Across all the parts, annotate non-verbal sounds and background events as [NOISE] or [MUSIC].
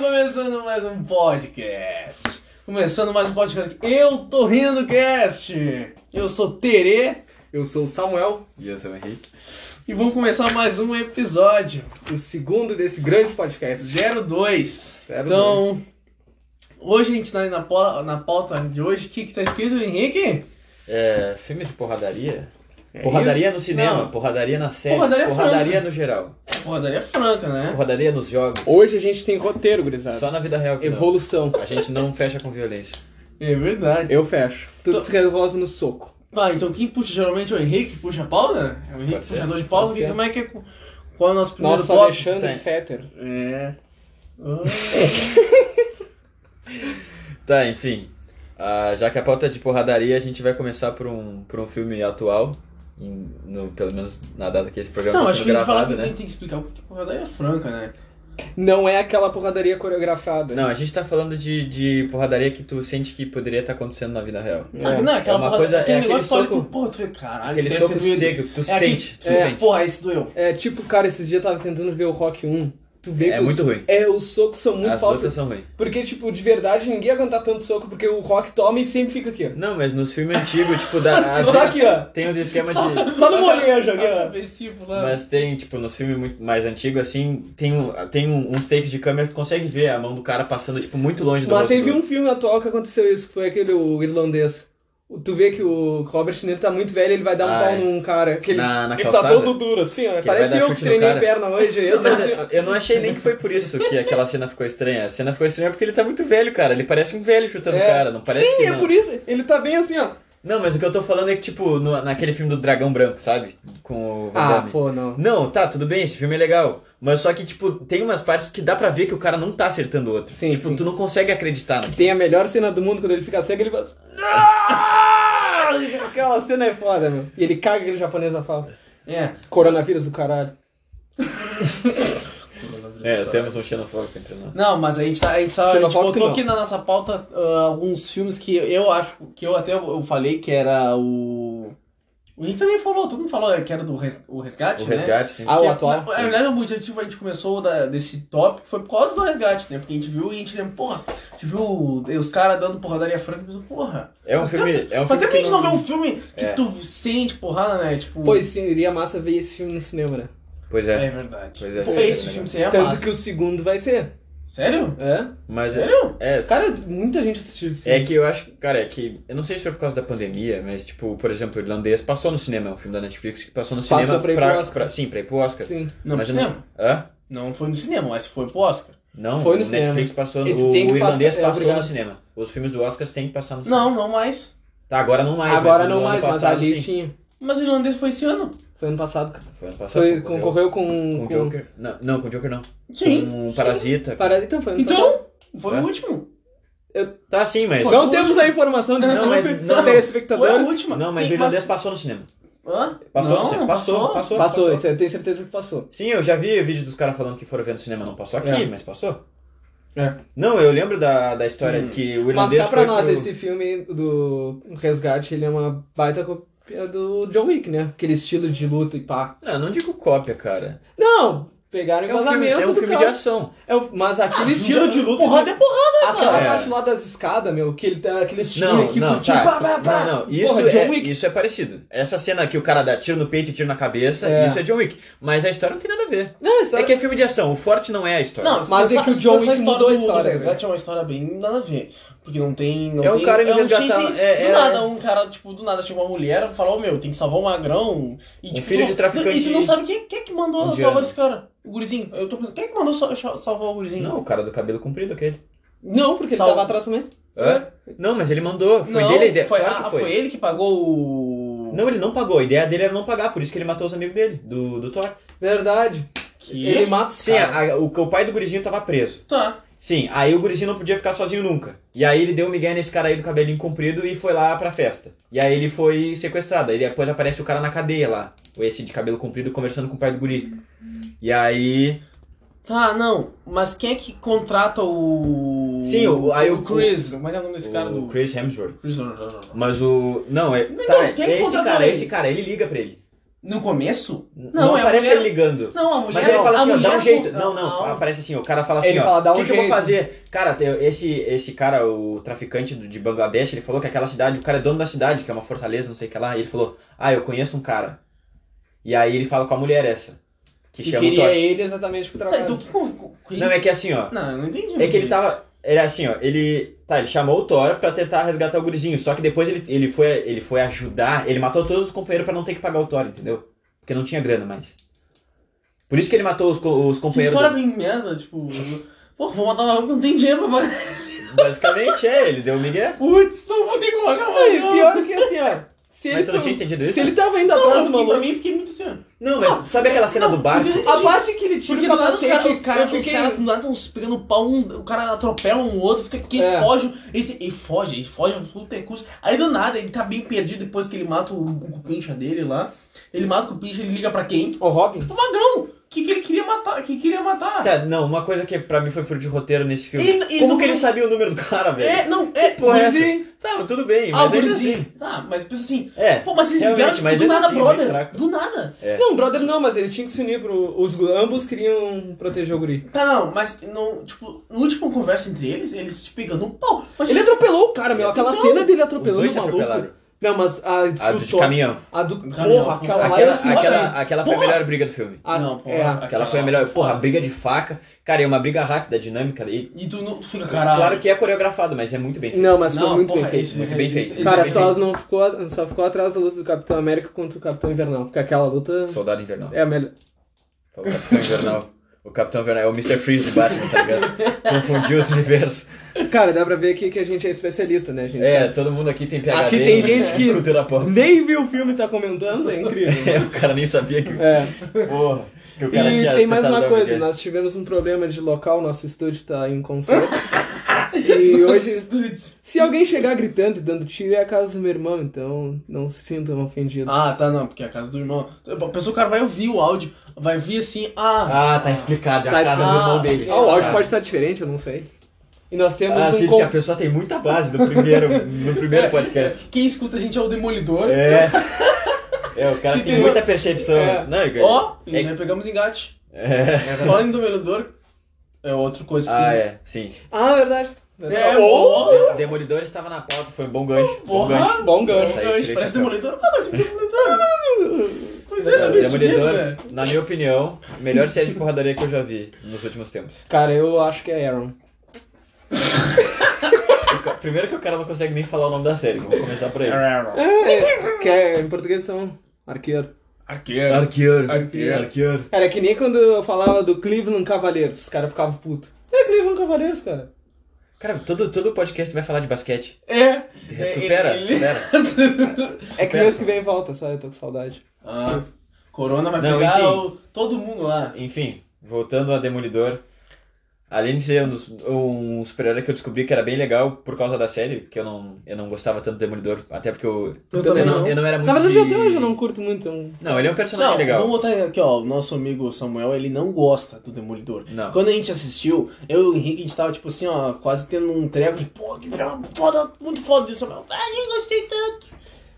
Começando mais um podcast. Começando mais um podcast. Eu tô rindo cast. Eu sou Terê Eu sou o Samuel, E eu sou o Henrique. e vamos começar mais um episódio o segundo desse grande podcast. 02. 02. Então, hoje a gente tá indo na pau- na pauta de hoje. O que que tá escrito, Henrique? É, filmes de porradaria? É porradaria no cinema, Não. porradaria na série, Porradaria é porradaria, franca. no geral, isso? Porradaria franca, né? porradaria nos jogos. Hoje a gente tem roteiro, gurizada. Só na vida real que não. Evolução. A gente não fecha com violência. É verdade. Eu fecho. Tudo se resolve no soco. Tá, então quem puxa geralmente é o Henrique, puxa a pauta? É o Henrique, Pode ser. puxador de pauta. Pode Que- ser. Como é que é? Qual é o nosso primeiro Nós só tópico? deixando tem. Fetter. É. Tá, enfim. Ah, já que a pauta é de porradaria, a gente vai começar por um, por um filme atual. em- no, pelo menos na data que esse programa Não, está acho sendo que a gente fala gravado, que a né? gente tem que explicar o que é porradaria franca, né? Não é aquela porradaria coreografada. Não, a gente tá falando de, de porradaria que tu sente que poderia estar acontecendo na vida real. Ah, não, aquela é uma porra- coisa- aquele é aquele negócio que tu olha e tu, soco- pô, tu vê, caralho, Aquele deve soco ter doído. seco que tu É aqui- sente, tu é, sente. porra, esse doeu. É tipo, cara, esses dias eu tava tentando ver o Rock 1. Tu vê É que os- muito ruim. É, os socos são muito As lutas falsos. são ruins. Porque, tipo, de verdade ninguém ia aguentar tanto soco, porque o Rock toma e sempre fica aqui, ó. Não, mas nos filmes antigos, tipo, [LAUGHS] da, às Só vezes aqui, ó. tem os esquemas de... Só [LAUGHS] no molejo aqui, ó. Ofensivo lá. Mas tem, tipo, nos filmes muito mais antigos, assim, tem, um- tem um- uns takes de câmera que tu consegue ver a mão do cara passando, tipo, muito longe do Mas rosto teve do- um filme atual que aconteceu isso, que foi aquele o irlandês. O- Tu vê que o Robert De Niro tá muito velho, ele vai dar um Ah, pau é. num cara. Que ele, Na- na ele tá calçada? todo duro, assim, ó. ele Parece vai dar eu que chute no treinei cara. perna hoje. Eu Não, tô mas é assim, eu, eu não achei nem que foi por isso que aquela cena ficou estranha. A cena ficou estranha porque ele tá muito velho, cara. Ele parece um velho chutando o é. cara, não parece Sim, que é não. por isso. Ele tá bem assim, ó. Não, mas o que eu tô falando é que, tipo, no- naquele filme do Dragão Branco, sabe? Com o Van Ah, Damme. pô, não. Não, tá, tudo bem, esse filme é legal. Mas só que, tipo, tem umas partes que dá pra ver que o cara não tá acertando o outro. Sim, tipo, sim. tu não consegue acreditar. Né? Tem a melhor cena do mundo quando ele fica cego, ele faz. Ah! [LAUGHS] Aquela cena é foda, meu. E ele caga aquele japonês na fala. É. Coronavírus do caralho. É, temos um xenofóbico entre nós. Não, mas a gente, tá, a gente, tá, a gente Xenofóbico botou não. aqui na nossa pauta ah, alguns filmes que eu acho, que eu até eu falei que era o... O Henrique também falou, todo mundo falou que era do res, o Resgate, O né? resgate, sim. Ah, Que o é- atual. Na, na verdade, o motivo a gente começou da- desse tópico foi por causa do resgate, né? Porque a gente viu e a gente lembra, porra, a gente viu os caras dando porradaria franca e pensou, porra. É um faz filme. tempo- é um Faz tempo filme que a gente não vê um não- filme que É. tu sente porrada, né? Tipo, Pois sim, seria massa ver esse filme no cinema, né? Pois é é. verdade. Pois é, Pô, sério, esse né? filme seria Tanto massa. que o segundo vai ser. Sério? É? Mas é. Sério? É, Cara, muita gente assistiu esse é filme. que eu acho. Cara, é que. Eu não sei se foi por causa da pandemia, mas, tipo, por exemplo, o irlandês passou no cinema. É um filme da Netflix que passou no cinema. Passou pra ir pro Oscar. sim, pra ir pro Oscar. Sim. Não, mas pro eu não- cinema. Hã? Não foi no cinema, mas foi pro Oscar. Não, Foi o no cinema. Netflix passou Eles no. O têm que irlandês passar- é, passou no obrigado. cinema. Os filmes do Oscar têm que passar no cinema. Não, não mais. Tá, agora não mais. Agora mas não no mais, ano mas passado, ali sim. tinha. Mas o irlandês foi esse ano. Foi ano passado, cara. Foi ano passado. Foi, concorreu. concorreu com. Com o Joker? Não, não, com o Joker não. Sim. Com o Parasita. Parada, então foi ano passado. Então, foi Hum. É. o último. Tá, sim, mas. Foi. Não temos a informação, Não, desculpe, mas- não, não. Foi a telespectadores. última. Não, mas o Quem irlandês passa- passou no cinema. Hã? Passou no não, cinema. não Passou, passou. passou. Passou, isso eu tenho certeza que passou. Sim, eu já vi vídeo dos caras falando que foram ver no cinema, não passou aqui, É. mas passou. É. Não, eu lembro da, da história Hum. que o Mas irlandês cá pra foi nós, pro- esse filme do Resgate, ele é uma baita cópia do John Wick, né? Aquele estilo de luta e pá. Não, Ah, não digo cópia, cara. Não! Pegaram É um filme, embasamento é um do filme de cara. ação. É um- Mas aquele [LAUGHS] estilo de luta. Porrada é porrada. Aquela É. parte lá das escadas, meu, que ele tá aquele estilo Não, aqui não, curtinho, tá. pá, pá, pá. não, não, isso, Porra, John é, Wick. isso é parecido. Essa cena que o cara dá tiro no peito e tiro na cabeça, É. isso é John Wick. Mas a história não tem nada a ver. Não, tá- a história- É que é filme de ação, o forte não é a história. Não, se Mas é pensar- que o se John pensar Wick mudou a do- história, né? Do resgate é uma história bem nada a ver. Porque não tem. Não É um tem- cara indo é um resgatar- X, é- do é- nada, um cara, tipo, do nada chegou uma mulher e falou: Meu, tem que salvar o magrão. E, Um tipo, filho tu, de traficante E tu não sabe quem, quem é que mandou indiano. salvar esse cara? O gurizinho. Eu tô pensando: Quem é que mandou sal- sal- salvar o gurizinho? Não, o cara do cabelo comprido, aquele. Não, porque Salva. ele tava atrás também. Hã? Não, mas ele mandou. Foi Não, dele a ideia. Foi, claro ah, que foi. foi ele que pagou o. Não, ele não pagou. A ideia dele era não pagar, por isso que ele matou os amigos dele, do, do Thor. Verdade. Que- Ele mata os Sim, caras. a- a- o, o pai do gurizinho tava preso. Tá. Sim, aí o gurizinho não podia ficar sozinho nunca. E aí ele deu um migué nesse cara aí do cabelinho comprido e foi lá pra festa. E aí ele foi sequestrado. Aí depois aparece o cara na cadeia lá. Esse de cabelo comprido conversando com o pai do guri. E aí... Tá, não. Mas quem é que contrata o. Sim, o- aí o o- Chris. Como é que é o nome desse cara o do. Chris Hemsworth. Chris. Mas o... Não, é... Não, tá, quem é esse contratou cara, é ele? esse cara. Ele liga pra ele. No começo? Não, Não, é a aparece mulher- ele ligando. Não, a mulher. Mas ele fala a assim, ó, dá mulher um jeito. com- Não, não, a- a- aparece assim, o cara fala assim, Ele ó, fala, dá o que, um que eu vou jeito." fazer? Cara, tem- esse, esse cara, o traficante do- de Bangladesh, ele falou que aquela cidade, o cara é dono da cidade, que é uma fortaleza, não sei o que lá, e ele falou, ah, eu conheço um cara. E aí ele fala com a mulher essa, que Que chama o queria Todd. ele exatamente pro Tá, trabalho. então que. con- con- que- Não, é que assim, ó, Não, eu não entendi. é que ele tava. Ele assim, ó, ele. Tá, ele chamou o Thor pra tentar resgatar o gurizinho. Só que depois ele, ele, foi, ele foi ajudar. Ele matou todos os companheiros pra não ter que pagar o Thor, entendeu? Porque não tinha grana mais. Por isso que ele matou os, co- os Que companheiros. história do- bem merda, tipo. Pô, vou matar um maluco que não tem dinheiro pra pagar. Basicamente é, ele deu o Miguel. Putz, não vou ter que pagar o Aí, maluco. pior que assim, ó. Se ele, Mas tu não foi- tinha entendido isso? se ele tava indo é Não, eu atrás do fiquei, pra maluco. mim fiquei muito assim, ó. Não, mas sabe aquela cena não, do barco? porque- A parte que ele tira Porque tá o do nada os caras, os capacete, caras, eu fiquei. os caras do nada estão se pegando no pau, um, o cara atropela um outro, fica que É. ele foge, esse, ele foge, ele foge, um puta recurso. Aí do nada, ele tá bem perdido depois que ele mata o, o cupincha dele lá. Ele mata o cupincha, ele liga pra quem? O Robbins? O magrão, que, que ele queria matar, que queria matar. Cara, Tá, não, uma coisa que pra mim foi furo de roteiro nesse filme. E- e Como não- que ele sabia o número do cara, velho? é, não, é, Porra, guri- essa? gurizinho. Tá, mas tudo ah, o bem, mas ainda assim. gurizinho. Ah, mas pensa assim, É. pô, mas eles realmente, ligaram tipo, mas do ainda nada, assim, bem brother, fraco. do nada. É. Não, brother não, mas eles tinham que se unir pro. Os, ambos queriam proteger o guri. Tá, não, mas, não, tipo, na última conversa entre eles, eles se pegando um pau. Mas, Ele atropelou o cara, meu. Aquela Então, cena dele Os atropelando dois o se maluco. atropelaram. Não, mas a, A o do de Thor- caminhão. A do. Caminhão. Porra, aquela Tá lá eu Aquela, senti. aquela, aquela foi a melhor briga do filme. A- Não, porra, é, aquela- Aquela foi a melhor. Porra, briga de faca. Cara, é uma briga rápida, dinâmica ali. E tu não, tu fica, caralho. Claro que é coreografado, mas é muito bem feito. Não, mas foi muito bem porra, feito. esse- muito bem esse- feito. esse- é Cara, esse- só não ficou, só ficou atrás da luta do Capitão América contra o Capitão Invernal. Porque aquela luta Soldado Invernal. é a melhor. O Capitão Invernal. O Capitão Invernal é o Mr. Freeze do Batman, tá [LAUGHS] ligado? Confundiu os universos. Cara, dá pra ver aqui que a gente é especialista, né, gente? É, todo mundo aqui tem PHD. Aqui tem em gente que- Cultura pop. Nem viu o filme e tá comentando, é incrível. É, [LAUGHS] o cara nem sabia que... É. Porra. Que o cara E tinha tem mais tentado uma dar coisa, Miguel. nós tivemos um problema de local, nosso estúdio tá em conserto. [LAUGHS] é e hoje, se alguém chegar gritando e dando tiro, é a casa do meu irmão, então não se sintam ofendidos. Ah, tá, não, porque é a casa do irmão. A pessoa, o cara vai ouvir o áudio, vai vir assim, ah, Ah, tá explicado. É Tá a casa do explicado. irmão dele. Ah, o áudio Ah. pode estar diferente, eu não sei. E nós temos Ah, sim, um... porque a Con... pessoa tem muita base do primeiro, no [LAUGHS] primeiro podcast. quem escuta a gente é o demolidor. É. É, o cara tem Entendeu? muita percepção. É. né? Não, eu- Ó, e É. nós pegamos engate. É. Falando em demolidor, é outra coisa que [LAUGHS] Ah, tem. é, sim. Ah, verdade. É, Ou bom. o Demolidor estava na pauta, foi um bom gancho. Bom gancho. Porra! Bom gancho. Nossa, Tá aí eu Gancho, tirei o Parece chapéu. demolidor. Ah, mas o demolidor. Pois um é, Cara, não Demolidor, velho. na minha opinião, a melhor série de porradaria que eu já vi nos últimos tempos. Cara, eu acho que é Aaron. O ca- Primeiro que o cara não consegue nem falar o nome da série, vamos começar por aí. né? É, que é, em português são arqueiro. Arqueiro. Arqueiro. Arqueiro. Arqueiro. Cara, é que nem quando eu falava do Cleveland Cavaliers, os caras ficavam putos. É Cleveland Cavaliers, cara. Cara, todo, todo podcast vai falar de basquete. É. Supera, ele- supera. É que mês que vem volta, sabe? Eu tô com saudade. Ah, [LAUGHS] Corona vai Não, pegar enfim. o- todo mundo lá. Enfim, voltando a Demolidor. Além de ser um, dos- um super-herói que eu descobri que era bem legal por causa da série, que eu não, eu não gostava tanto do Demolidor, até porque eu, Eu também não, não. eu não era muito. Na verdade, de- até hoje eu não curto muito. Então... Não, ele é um personagem Não, legal. vamos botar aqui, ó. O nosso amigo Samuel, ele não gosta do Demolidor. Não. Quando a gente assistiu, eu e o Henrique, a gente tava, tipo assim, ó, quase tendo um treco de, pô, que drama foda, muito foda. E o Samuel, ah, nem gostei tanto.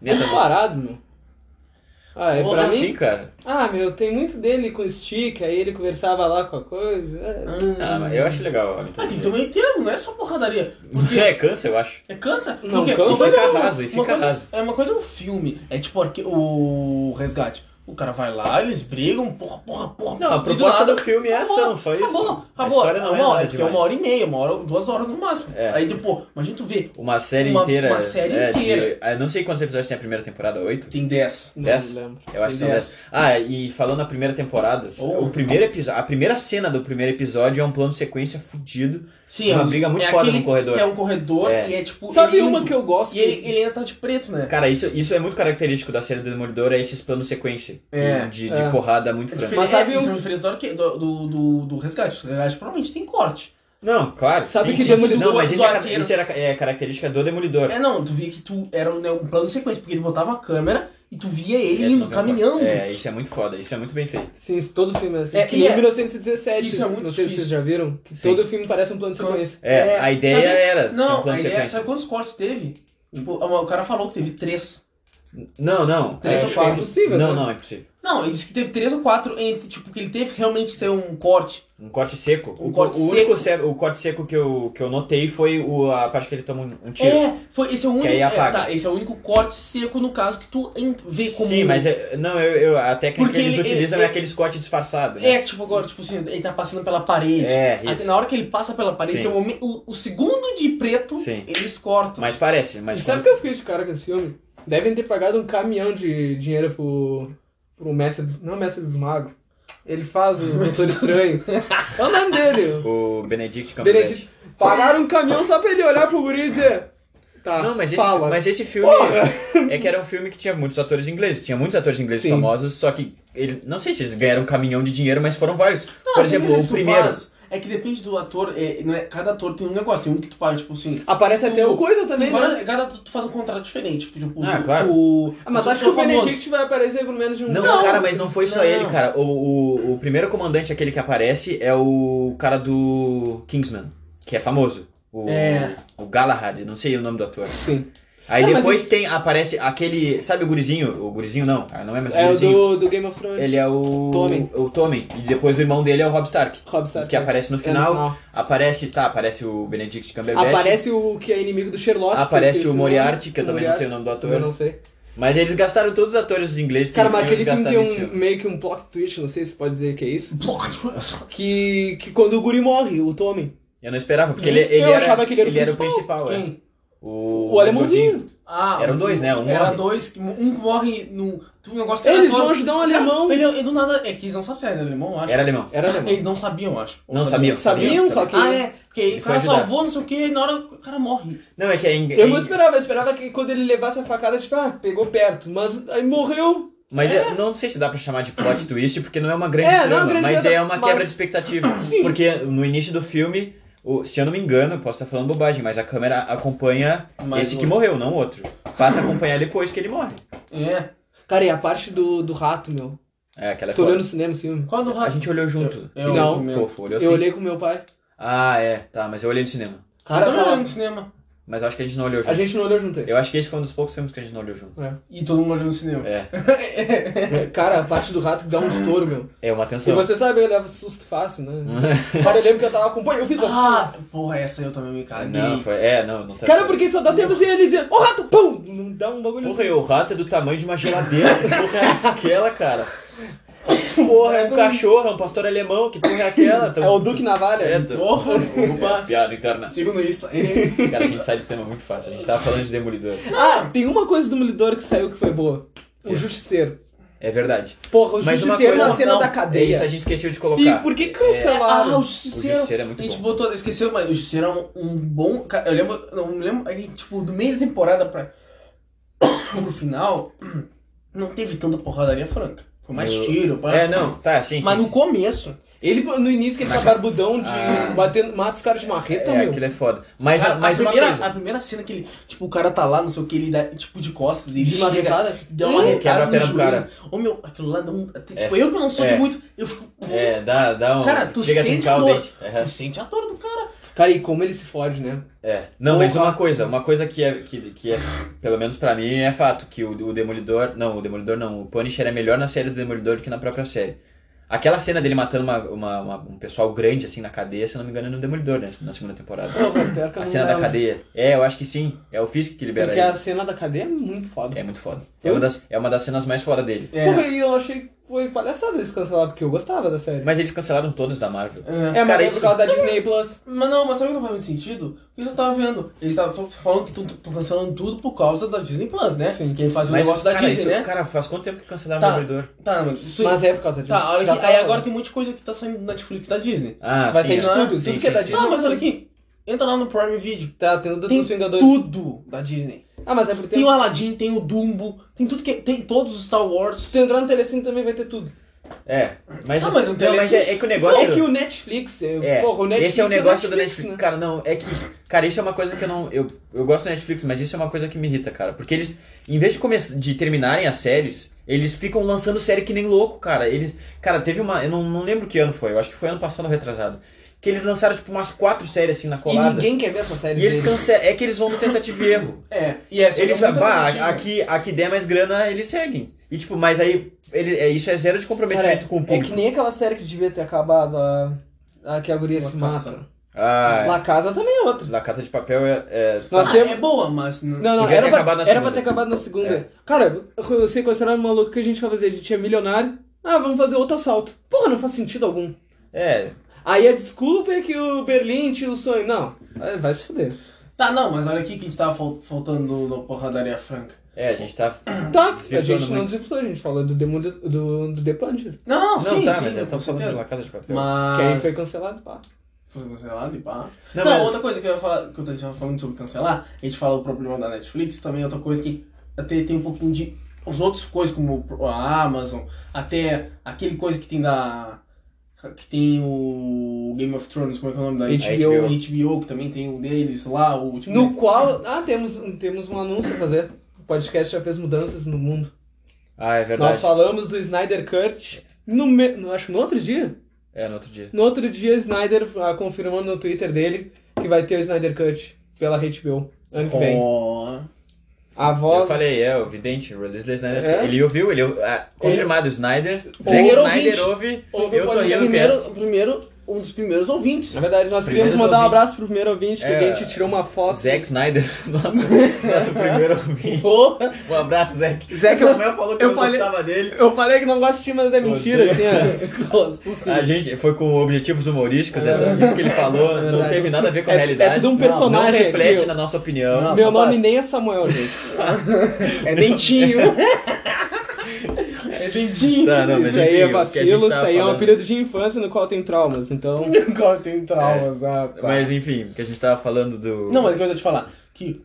Muito parado, meu. Ah, é Porra, pra assim, mim? cara. Ah, meu, tem muito dele com o stick, aí ele conversava lá com a coisa. é. Ah, mas eu acho legal. a Ah, tem que mitologia. ter um meio termo, não é só porradaria. É, cansa, eu acho. É cansa. Não, Porque cansa, uma coisa fica é um- raso, e uma fica coisa- raso. É uma coisa é um filme, é tipo arque- o resgate. O cara vai lá, eles brigam, porra, porra, porra. Não, a e proposta nada- do filme é acabou, ação, só isso. Acabou, A acabou. história não é uma nada hora, porque é uma demais. hora e meia, uma hora, duas horas no máximo. É. Aí, tipo, imagina tu vê, Uma série Uma- inteira. uma série é, de- inteira. ah, eu não sei quantos episódios tem a primeira temporada, oito? tem 10. Não Dez? lembro. Eu acho que são Tem 10. Ah, e falando na primeira temporada, é. Oh. o primeiro episódio, a primeira cena do primeiro episódio é um plano de sequência fudido. Sim, Uma é um- briga muito é foda aquele no corredor. Que é um corredor É. e é tipo. Sabe ele uma indo. que eu gosto? E ele, ele ainda tá de preto, né? Cara, isso, isso é muito característico da série do Demolidor, é esses planos sequência É, de, de é. porrada muito É franca. diferente, Mas sabe é, um- são diferentes do, arque- do, do, do, do resgate. O resgate provavelmente tem corte. Não, claro. Sabe sim, que sim. Demolidor- Não, mas do isso, é, ca- arqueiro. isso era, é característica do Demolidor. É, não, tu via que tu era né, um plano sequência, porque ele botava a câmera e tu via ele É, indo, não tem caminhando. como. É, isso é muito foda, isso é muito bem feito. Sim, todo filme é assim. É, que e nem é- 1917. isso é muito não sei se difícil. vocês já viram. que Sim. Todo filme parece um plano de sequência. É, a ideia sabe- era ser Não, um plano a de ideia, sequência. sabe quantos cortes teve? Tipo, o cara falou que teve três. Não, não. Três é, ou quatro. É impossível, Não, né? não, é impossível. Não, ele disse que teve três ou quatro, entre, tipo, que ele teve realmente ser um corte. Um corte seco. Um o, corte o único seco, o corte seco que eu, que eu notei foi o, a parte que ele toma um, um tiro. É, foi, esse é o único. aí é, apaga. tá, esse é o único corte seco no caso que tu em- vê como. Sim, mas é- não, eu, eu- a técnica Porque que eles ele- utilizam ele- é aqueles cortes disfarçados. Né? É, tipo, agora, tipo assim, ele tá passando pela parede. É, Aí, isso. na hora que ele passa pela parede, Sim. tem um momen- o, o segundo de preto, Sim. eles cortam. Mas parece, E mas. é sabe o que eu fiquei de cara com esse filme? Devem ter pagado um caminhão de dinheiro pro, pro mestre dos, não é mestre dos magos. Ele faz [LAUGHS] o Doutor Estranho. É o nome dele. O Benedict Cumberbatch. Benedict. Pagaram um caminhão só pra ele olhar pro guri e dizer... Tá, Não, mas esse, fala. mas esse filme é que era um filme que tinha muitos atores ingleses, tinha muitos atores ingleses Sim. famosos, só que ele, não sei se eles ganharam um caminhão de dinheiro, mas foram vários. Não, Por assim, exemplo, mas o tu primeiro, faz É que depende do ator, é, não é- cada ator tem um negócio, tem um que tu paga, tipo assim. Aparece até Tu- o Coisa também, Tem tipo, né? várias- cada ator tu faz um contrato diferente. Tipo, tipo, Ah, o- claro. o- Ah, mas sou- acho que sou o famoso. Benedict vai aparecer por menos de um... Não, cara, mas não foi só não. ele, cara. O, o, o primeiro comandante, aquele que aparece, é o cara do Kingsman, que é famoso. O, É. o Galahad, não sei o nome do ator. Sim. Aí Cara, mas depois isso- tem, aparece aquele, sabe o gurizinho? O gurizinho não, ah, não é mais o É o gurizinho. do, do Game of Thrones. Ele é o... Tommen. O Tommen. E depois o irmão dele é o Rob Stark. Rob Stark. Que é. aparece no É, final, Aparece, tá, aparece o Benedict Cumberbatch. Aparece o que é inimigo do Sherlock. que eu aparece esqueci o Moriarty, que eu O também não sei o nome do Moriarty, também ator. não sei. Mas eles gastaram todos os atores ingleses que Cara, mas eles tinham, aquele eles filme tem um, gastaram nesse filme. meio que um plot twist, não sei se pode dizer que é isso. Plot. Que, que quando o guri morre, o Tommy. Eu não esperava, porque ele, ele Eu era, achava que ele era o o principal, é. Quem? O, O alemãozinho. gordinho. Ah, Eram dois, né? Um era morre. dois, que- um que morre no. Tu negócio Eles era vão todo- ajudar um alemão. Ele, ele do nada. É que eles não sabem se era alemão, eu acho. Era alemão. Era alemão. Eles não sabiam, eu acho. Ou Não, sabiam. Sabiam, só que. Ah, é. Porque Ele o cara foi ajudar. salvou, não sei o que, e na hora o cara morre. Não, é que é inglês. Eu não esperava, eu esperava que quando ele levasse a facada, tipo, ah, pegou perto. Mas aí morreu. Mas é- não sei se dá pra chamar [LAUGHS] de plot twist, porque não é uma grande É, não é trama, uma grande mas trama, é uma mas- quebra de expectativa. [COUGHS] Sim. Porque no início do filme, o- se eu não me engano, eu posso estar falando bobagem, mas a câmera acompanha Mas esse o que morreu, não o outro. Passa a acompanhar depois que ele morre. É. Cara, e a parte do, do rato, meu. É, aquela é Tô foda. olhando no cinema esse filme. Qual é o do A rato? gente olhou junto. Eu- eu Não, mesmo. Fofo, olhou Eu, assim. olhei com meu pai. Ah, é, tá, mas eu olhei no cinema. Cara, eu também fala- olhei no cinema. Mas eu acho que a gente não olhou junto. a gente não olhou junto esse. Eu acho que esse foi um dos poucos filmes que a gente não olhou junto. E todo mundo olhou no cinema. É, É. Cara, a parte do rato que dá um estouro, meu. é uma E atenção. você sabe, ele leva susto fácil, né? Cara, eu lembro que eu tava acompanhando, eu fiz assim. Ah, porra, essa eu também me caguei. não, foi. É, não, não tá. Cara, porque só dá tempo assim, ele dizer, ô rato, pum! Não dá um bagulho Porra, e o rato é do tamanho de uma geladeira. Que porra é aquela, cara? Porra, é um cachorro, é um pastor alemão. Que porra é aquela? assim. É o Duque Navalha. É, tô- [LAUGHS] Porra, É, opa. piada interna. Segundo isso. Cara, a gente sai do tema muito fácil. A gente tava falando de demolidor. Ah, tem uma coisa do Demolidor que saiu que foi boa. O É. Justiceiro. É verdade. Porra, o Mas uma Justiceiro coisa- na cena não, da É isso, cadeia. a gente esqueceu de e colocar. por que Ah, cancelaram? o O Justiceiro. Justiceiro é [LAUGHS] muito a gente bom. botou, esqueceu, mas o Justiceiro é um, um bom. ca- Eu lembro, não lembro, é que, tipo, do meio da temporada pra. [COUGHS] pro final, [COUGHS] não teve tanta porradaria franca. Foi mais Eu- tiro, pá. É, não, tá, sim, Mas sim. no começo. Ele, no início, que ele tá barbudão de... Ah. Batendo, mata os caras de marreta, É, meu. aquilo é foda. Mas, a, a mas uma primeira, coisa. a primeira cena que ele. Tipo, o cara tá lá, não sei o que, ele dá, tipo, de é costas e De chega- marretada? Dá uma Hum, arretada quebra a perna no do joelho. cara. Ô meu, aquilo lá dá um. Tipo, É. eu que não sou É. de muito, eu fico. É, dá, dá um. Cara, tu chega a sente trincar a o dor. dente. É. Tu sente a dor do cara. Cara, e como ele se fode, né? É. Não, mas Porra. uma coisa, uma coisa que é, que, que é, pelo menos pra mim, é fato, que o, o Demolidor, não, o Demolidor não, o Punisher é melhor na série do Demolidor do que na própria série. Aquela cena dele matando uma, uma- uma- um pessoal grande, assim, na cadeia, se eu não me engano, é no Demolidor, né, na segunda temporada. Não, pior que eu [COUGHS] A não cena da lembro. cadeia. É, eu acho que sim, é o físico que libera Porque a ele. cena da cadeia é muito foda. É muito foda. É Eu- uma, das, é uma das cenas mais foda dele. Porra, e eu achei que foi palhaçada eles cancelar, porque eu gostava da série. Mas eles cancelaram todas da Marvel. É. é, mas cara, é isso- por causa da Disney Plus. Mas não, mas sabe o que não faz muito sentido? Porque eu já tava vendo. Eles estavam falando que estão cancelando tudo por causa da Disney Plus, né? Sim. Que ele faz o Mas, negócio da cara, Disney, isso- né? cara, faz quanto tempo que cancelaram Tá. o Demolidor? Tá, mas isso aí. Mas é por causa disso. Tá, olha Já aqui. tá aí lá. agora tem um monte de coisa que tá saindo do Netflix da Disney. Ah, Vai sim. ser é. de tudo, Sim, tudo que é sim, da sim. Disney. Não, mas olha aqui. Entra lá no Prime Video. Tá, tem o do- Tem dos Vingadores. tudo da Disney. Ah, mas é porque Tem tem... o Aladdin, tem o Dumbo, tem tudo que. Tem todos os Star Wars. um Se tu entrar no Telecine também vai ter tudo. É, mas, Ah, mas não tem mas é, é que o negócio... é que o Netflix... É, É, porra, o Netflix esse é o negócio do Netflix, Netflix. né? Cara, não, é que. Cara, isso é uma coisa que eu não. Eu, eu gosto do Netflix, mas isso é uma coisa que me irrita, cara. Porque eles, em vez de, come- de terminarem as séries, eles ficam lançando série que nem louco, cara. Eles. Cara, teve uma. Eu não, não lembro que ano foi, eu acho que foi ano passado ou retrasado. Que eles lançaram, tipo, umas quatro séries assim na E colada. ninguém quer ver essa série. E eles deles. cancelam. É que eles vão no tentativa e erro. É, e essa Eles, é muito bah, alternativa. aqui, aqui der mais grana, eles seguem. E tipo, mas aí ele, é, isso é zero de Cara, comprometimento com o É que público. nem aquela série que devia ter acabado, a, a que a guria La se Casa. mata. Ah, La Casa também é outra. La Carta de Papel é. é- Nós Ah, temos... É boa, mas. Não, não, Devia era ter pra, acabado na era segunda. pra ter acabado na segunda. É. Cara, eu sequestraram um maluco que a gente vai fazer. A gente é milionário. Ah, vamos fazer outro assalto. Porra, não faz sentido algum. é, Aí a desculpa é que o Berlim tinha o sonho. Não, vai- vai se fuder. Tá, não, mas olha aqui que a gente tava fal- faltando do, do Porradaria Franca. é, a gente tá. Tá, a Desvirtuando gente não muito. disputou, a gente falou do, Demolid do, do The Punisher. Não, não, Não, sim, tá, sim, mas eu com tô falando de certeza. La Casa de Papel. Mas. Que aí foi cancelado, pá. Foi cancelado e pá. Não, Não, mas- outra coisa que eu ia falar, que eu tava falando sobre cancelar, a gente fala o problema da Netflix, também outra coisa que até tem um pouquinho de. Os outros coisas, como a Amazon, até aquele coisa que tem da. Que tem o Game of Thrones, como é que é o nome da HBO. HBO, que também tem o deles lá, o último. No qual. Ah, temos, temos um anúncio a fazer. O podcast já fez mudanças no mundo. Ah, é verdade. Nós falamos do Snyder Cut. No me... no- Acho que no outro dia. É, no outro dia. No outro dia, Snyder ah, confirmou no Twitter dele que vai ter o Snyder Cut pela HBO ano que vem. Ó. A Oh. Eu voz. falei, é, o vidente, o Release the Snyder. É? Ele ouviu, ele ouviu. ah, confirmado, o Snyder. Ou- Zack Primeiro Snyder ouve, Ouve eu o tô podcast. rindo primeiro, primeiro, um dos primeiros ouvintes. Na verdade, nós Primeiros queríamos mandar um ouvintes. abraço pro primeiro ouvinte que É. a gente tirou uma foto. Zack Snyder, [LAUGHS] nosso, nosso primeiro ouvinte. Porra. Um abraço, Zack. Zack, o Samuel falou que eu eu falei- gostava dele. Eu falei que não gosto de ti, mas é mentira, Odeio. assim, ó. [LAUGHS] Gosto, sim. A gente foi com objetivos humorísticos, É. essa- isso que ele falou não verdade. teve nada a ver com a É- é realidade. tudo um Não, Não, personagem aqui, reflete ó. na nossa opinião. Não. Meu rapaz. nome nem é Samuel, gente. É dentinho. é dentinho. Tá, [LAUGHS] não, mas isso aí enfim, é o que a gente vacilo, isso tava aí é um falando. apelido de infância no qual tem traumas, então. Agora tem traumas, ah, tá. Mas enfim, que a gente tava falando do. Não, mas o que eu ia te falar, que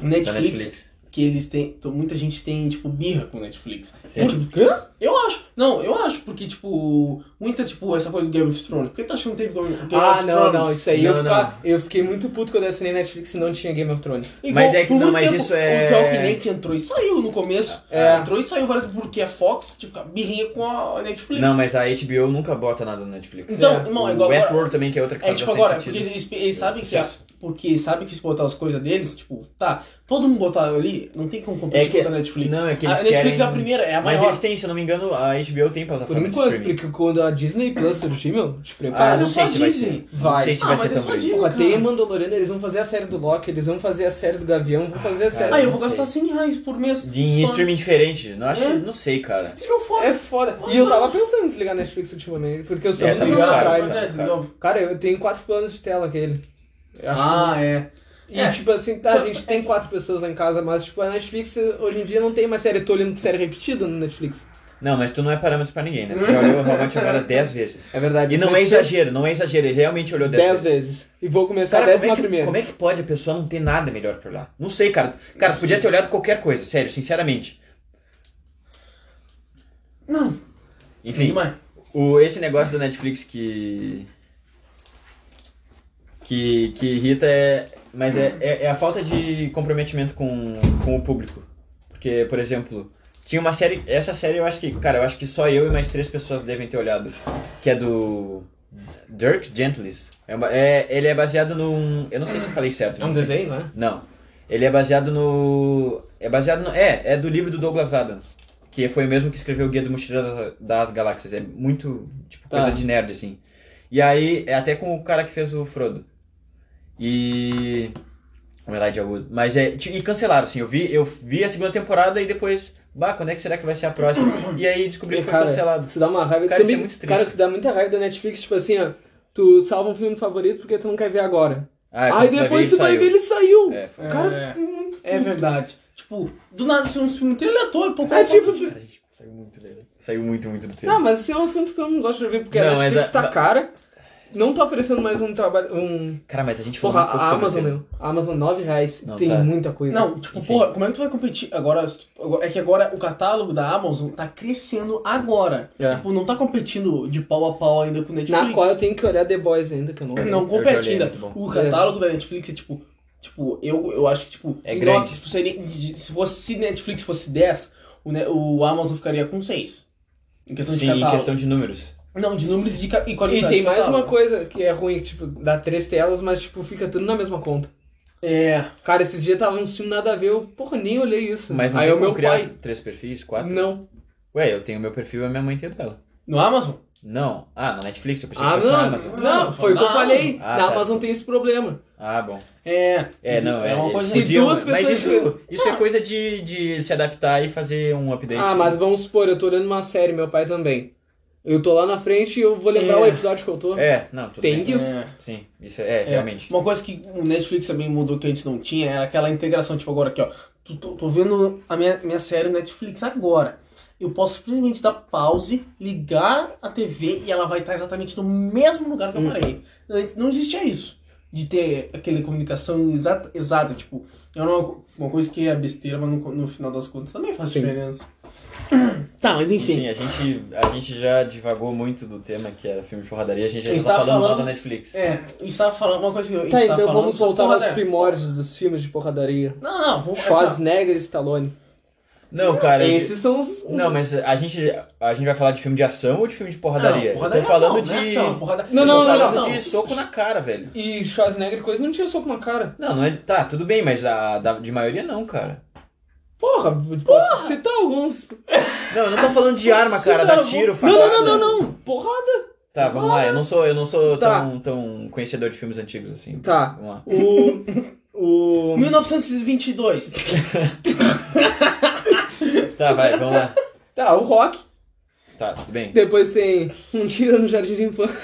o Netflix, da Netflix. que eles têm, então, muita gente tem, tipo, birra com o Netflix. Sim. É tipo, hã? Eu acho, não, eu acho, porque, tipo, muita, tipo, essa coisa do Game of Thrones, por que tu acha que não teve Game Game of Thrones? Ah, não, não, isso aí eu, Não, fica- eu fiquei muito puto quando eu assinei Netflix e não tinha Game of Thrones. Igual, Mas é que- por não, muito mas tempo, isso é- O Talknet entrou e saiu no começo. É. Entrou e saiu várias porque a Fox, tipo, a birrinha com a Netflix. Não, mas a HBO nunca bota nada no Netflix. Então, É. não, o é igual agora- Westworld também, que é outra que É faz tipo bastante agora, porque sentido. eles, eles sabem que a- Sucesso. porque sabem que se botar as coisas deles, tipo, tá, todo mundo botar ali, não tem como É competir que- contra a Netflix. não, é que a eles Netflix querem- é a primeira, é a Mas maior. eles têm, se eu não me engano, a HBO tem Por plataforma Tá de enquanto, streaming. porque quando a Disney Plus surgir, meu, te Ah, prepara. Mas não é sei só se vai Disney. ser. Não Vai. sei se Ah, vai mas ser é tão só grande. Disney. Porra, cara. tem Mandaloriano, eles vão fazer a série do Loki, eles vão fazer a série do Gavião, vão fazer a série. Ah, eu não vou gastar 100 reais por mês. De em só- streaming diferente. Não acho É? que. Não sei, cara. Isso que eu falo. É foda. E eu tava pensando em desligar Netflix ultimamente, porque eu sou É, muito tá desligou, ligado, atrás. mas tá é, desligou. Cara, eu tenho quatro planos de tela aquele. Eu acho Ah, é. E É. tipo assim, tá, a gente tem quatro pessoas lá em casa, mas tipo, a Netflix hoje em dia não tem mais série. Eu tô olhando série repetida no Netflix. Não, mas tu não é parâmetro pra ninguém, né? Tu já olhou How I Met Your Mother 10 vezes. É verdade. E não é vocês exagero, não é exagero. Ele realmente olhou têm 10 Dez vezes. vezes. E vou começar Cara, a décima como, é que, primeira. como é que pode a pessoa não ter nada melhor pra olhar? Não sei, cara. Cara, tu podia ter olhado qualquer coisa, sério, sinceramente. Não, Enfim, demais. o, esse negócio da Netflix que. que, que irrita é. Mas é, é, é a falta de comprometimento com, com o público. Porque, por exemplo, tinha uma série. Essa série eu acho que. Cara, eu acho que só eu e mais três pessoas devem ter olhado. Que é do. Dirk Gentles. É uma- é- ele é baseado num. Eu não sei se eu falei certo. É um mas- desenho, né? Não. Ele é baseado no. É baseado no. É, é do livro do Douglas Adams. Que foi o mesmo que escreveu o Guia do Mochileiro das, das Galáxias. É muito, tipo, Tá. coisa de nerd, assim. E aí, é até com o cara que fez o Frodo. E. O Elijah Wood. Mas é. ti- E cancelaram, assim. Eu vi, eu vi a segunda temporada e depois. Bah, quando é que será que vai ser a próxima? E aí descobri que foi Cara, cancelado. Isso dá uma raiva. Cara, Também, isso é muito triste. Cara, que dá muita raiva da Netflix, tipo assim, ó. Tu salva um filme favorito porque tu não quer ver agora. Ah, Aí quando vai depois ver, tu vai saiu. ver, ele saiu. É, foi. Cara, É. É verdade. Tipo, do nada ser um filme inteiro aleatório, pouco É tipo. Cara, a gente saiu muito dele. Saiu muito, muito do tempo. Ah, mas esse é um assunto que eu não gosto de ver, porque a Não, mas Netflix a- tá cara, não tá oferecendo mais um trabalho. Um... Cara, mas a gente falou Porra, muito Tipo, pouco a sobre Amazon, o meu. A Amazon, 9 reais, Não, tem tá. muita coisa. Não, tipo, Enfim. porra, como é que tu vai competir? Agora, se tu- agora- é que agora o catálogo da Amazon tá crescendo agora. É. Tipo, não tá competindo de pau a pau ainda com o Netflix. Na qual eu tenho que olhar The Boys ainda, [CLEARS THROAT] que eu não olhei. Não É, Eu já compete olhei, ainda. muito bom. O catálogo da Netflix é tipo. Tipo, eu, eu acho que, tipo, É em grande. notas, tipo, seria- de- se fosse se Netflix fosse 10, o, Ne- o Amazon ficaria com 6. Em questão de Sim, em catálogo. questão de números. Não, de números e de ca- e E qualidade. tem tipo, mais total. uma coisa que é ruim, que, tipo, dá três telas, mas, tipo, fica tudo na mesma conta. É, Cara, esses dias tava um filme nada a ver, eu, porra, nem olhei isso. Mas não Aí tem o como meu criar pai... três perfis, quatro? Não. Ué, eu tenho meu perfil e a minha mãe tem o dela. no Amazon. Não. Ah, na Netflix, eu pensei que Ah, fosse na não. Amazon. Não, foi o que eu Ah, falei. ah, Na tá. Amazon tem esse problema. Ah, bom. É. É, não, é. uma coisa. se podia- duas pessoas Mas isso, isso é coisa de, de se adaptar e fazer um update. Ah, mas vamos supor, eu tô olhando uma série, meu pai também. Eu tô lá na frente e eu vou lembrar É. o episódio que eu tô. É, não, tudo Tem bem. que- É. Sim, isso é, é, É, realmente. Uma coisa que o Netflix também mudou que antes não tinha era aquela integração, tipo agora aqui, ó. Tô, tô- tô vendo a minha, minha série Netflix agora. Eu posso simplesmente dar pause, ligar a TV e ela vai estar exatamente no mesmo lugar que eu Hum. parei. Antes não existia isso. De ter aquela comunicação exata, exata tipo, é uma, uma coisa que é besteira, mas no, no final das contas também faz Sim. diferença. Tá, mas enfim. Enfim, a gente, a gente já divagou muito do tema que era filme de porradaria, a gente já A gente tá tava falando mal da falando- Netflix. É, a gente tava falando uma coisa que eu. a gente Tá, tava então falando vamos sobre voltar aos porradaria. primórdios dos filmes de porradaria. Não, não, vamos essa- Schwarzenegger e Stallone. Não, cara. eu- É Esses são os... um. Não, mas a gente, a gente vai falar de filme de ação ou de filme de porradaria? Não, eu tô falando não, de. não é ação, porrada- Não, eu não, tô não, falando não. de soco na cara, velho. E Schwarzenegger e coisa não tinha soco na cara. Não, não é. Tá, tudo bem, mas a da- de maioria não, cara. Porra, posso citar alguns. Não, eu não tô falando de arma, cara, dá tiro, Não, facada. não, não, não, não. Porrada. Tá, vamos lá, eu não sou, eu não sou Tá. tão, tão conhecedor de filmes antigos assim. Tá. Vamos lá. O... O... 1922. Tá, vai, vamos lá. Tá, o Rock. Tá, tudo bem. Depois tem um tiro no jardim de [LAUGHS] infância.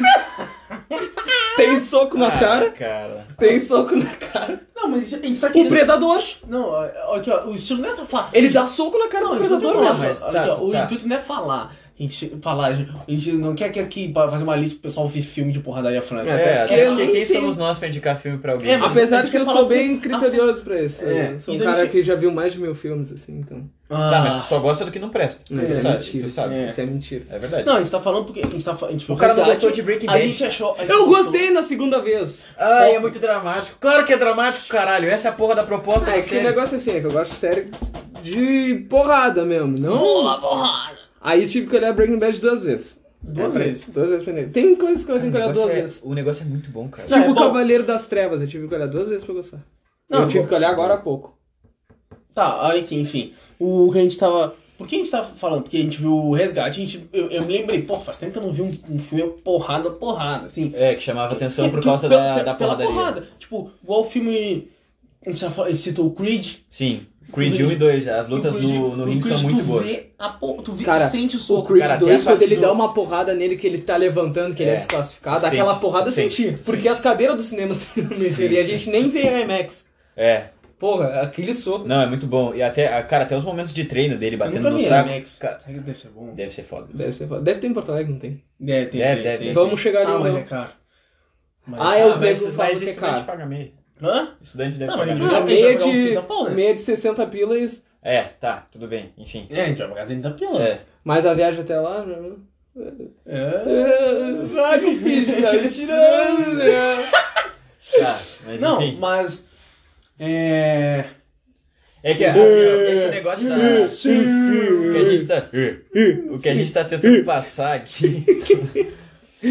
tem soco na Ah, cara. cara. Tem soco na cara. Não, mas a gente tá O querendo... Predador. Não, ó, aqui, ó, o estilo não é só falar. Ele dá soco na cara é um Não, do a gente não Predador, tá né? falando, falando, mas ó, tá, aqui, ó, O tá. intuito não é falar. A gente, falar, a gente- a gente não quer que aqui pra fazer uma lista pro pessoal ver filme de porradaria franca. É, É, porque até nem porque quem tem- somos nós pra indicar filme pra alguém? É, mas- Apesar a de gente que quer eu falar sou bem do- criterioso pra isso. É, Eu Sou um então cara esse- que já viu mais de mil filmes, assim, então. Tá, Ah, mas tu só gosta do que não presta. Não, tu, isso é sabe, mentira. tu sabe. É. Isso é mentira. É verdade. Não, a gente tá falando porque a gente tá fa- a gente O cara não resgate, gostou de Breaking A Bad. gente achou... a gente Eu gostou- gostei na segunda vez. Ai, é muito dramático. Claro que é dramático, caralho. Essa é a porra da proposta Ah, É da que o série. negócio é assim, é que eu gosto de série de porrada mesmo, não? Boa, porrada. Aí tive que olhar Breaking Bad duas vezes. Duas É, vezes. Duas vezes pra entender. Tem coisas que eu tenho que olhar duas é, vezes. o negócio é muito bom, cara. Não, Tipo é o bom. Cavaleiro das Trevas, eu tive que olhar duas vezes pra gostar. Não, eu eu tive vou- que olhar agora há pouco. Tá, olha aqui, enfim. O que a gente tava. Por que a gente tava falando? Porque a gente viu o resgate, a gente. Eu, eu me lembrei, pô, faz tempo que eu não vi um, um filme porrada, porrada, assim. É, que chamava [LAUGHS] atenção por Que- causa pe- da, pe- pela da porradaria. porrada. Tipo, igual o filme. A gente, já fa- a gente citou o Creed. Sim, Creed 1 e 2, as lutas O Creed- no, no o ringue Creed, são muito tu boas. Vê a, po- tu vê, Cara, tu sente o O soco. Creed Cara, até a 2, quando parte ele do- dá uma porrada nele que ele tá levantando, que ele é, É. desclassificado, Sente, aquela porrada eu sente, senti. sente. Porque as cadeiras do cinema [LAUGHS] se mexeram e a sim. gente nem vê a IMAX. É, Porra, aquele soco. não, é muito bom. E até, ah, cara, até os momentos de treino dele Eu batendo nunca no vi né? saco. Max. Cara, Será que Deve ser bom. deve ser foda. Deve, ser, foda. deve ter em Porto Alegre, não tem. Deve, tem, Deve, tem, deve. tem. Vamos chegar ali Ah, mas então. é caro. Mas Ah, é é caro. os negros mas falam mas que é estudante caro. paga meia. Hã? Estudante deve Não, mas pagar ele- meia. Ah, já meia, vai uns 30 pau, de, né? meia de 60 pilas, É, tá, tudo bem, enfim. É, a gente vai pagar dentro da pila. É, mas a viagem até lá... já- É. Ah, Vai que bicho, cara, [LAUGHS] ele tirando, né? tá, mas Não, enfim. mas. É. É que assim, ó, esse negócio da. O é. que a gente tá. O que a gente tá tentando passar aqui. [LAUGHS]